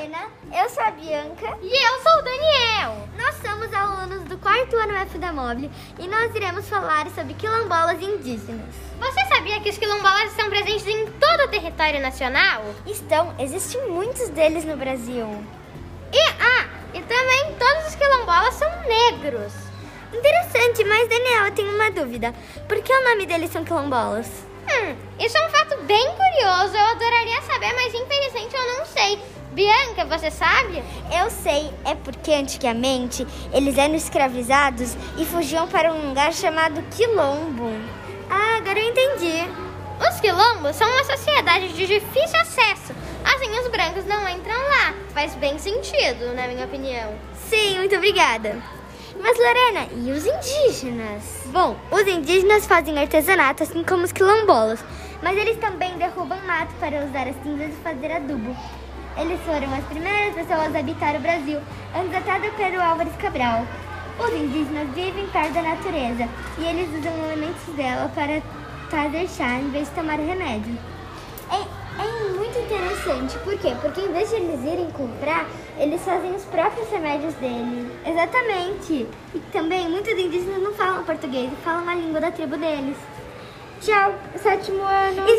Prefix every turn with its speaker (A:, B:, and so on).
A: Eu sou a Bianca.
B: E eu sou o Daniel.
A: Nós somos alunos do quarto ano F da Mobile e nós iremos falar sobre quilombolas indígenas.
B: Você sabia que os quilombolas estão presentes em todo o território nacional?
A: Estão, Então, existem muitos deles no Brasil.
B: E ah, e também todos os quilombolas são negros.
A: Interessante, mas Daniel, eu tenho uma dúvida. Por que o nome deles são quilombolas?
B: Hum, isso é um fato bem curioso. Eu adoraria saber, mas infelizmente eu não sei. Bianca, você sabe?
A: Eu sei, é porque antigamente eles eram escravizados e fugiam para um lugar chamado Quilombo. Ah, agora eu entendi.
B: Os quilombos são uma sociedade de difícil acesso. Assim, os brancos não entram lá. Faz bem sentido, na minha opinião.
A: Sim, muito obrigada. Mas Lorena, e os indígenas? Bom, os indígenas fazem artesanato assim como os quilombolas, mas eles também derrubam mato para usar as cinzas e fazer adubo. Eles foram as primeiras pessoas a habitar o Brasil, antes até do Pedro Álvares Cabral. Os indígenas vivem perto da natureza e eles usam elementos dela para fazer chá em vez de tomar remédio. É, é muito interessante, por quê? Porque em vez de eles irem comprar, eles fazem os próprios remédios dele. Exatamente! E também muitos indígenas não falam português, falam a língua da tribo deles. Tchau, sétimo ano.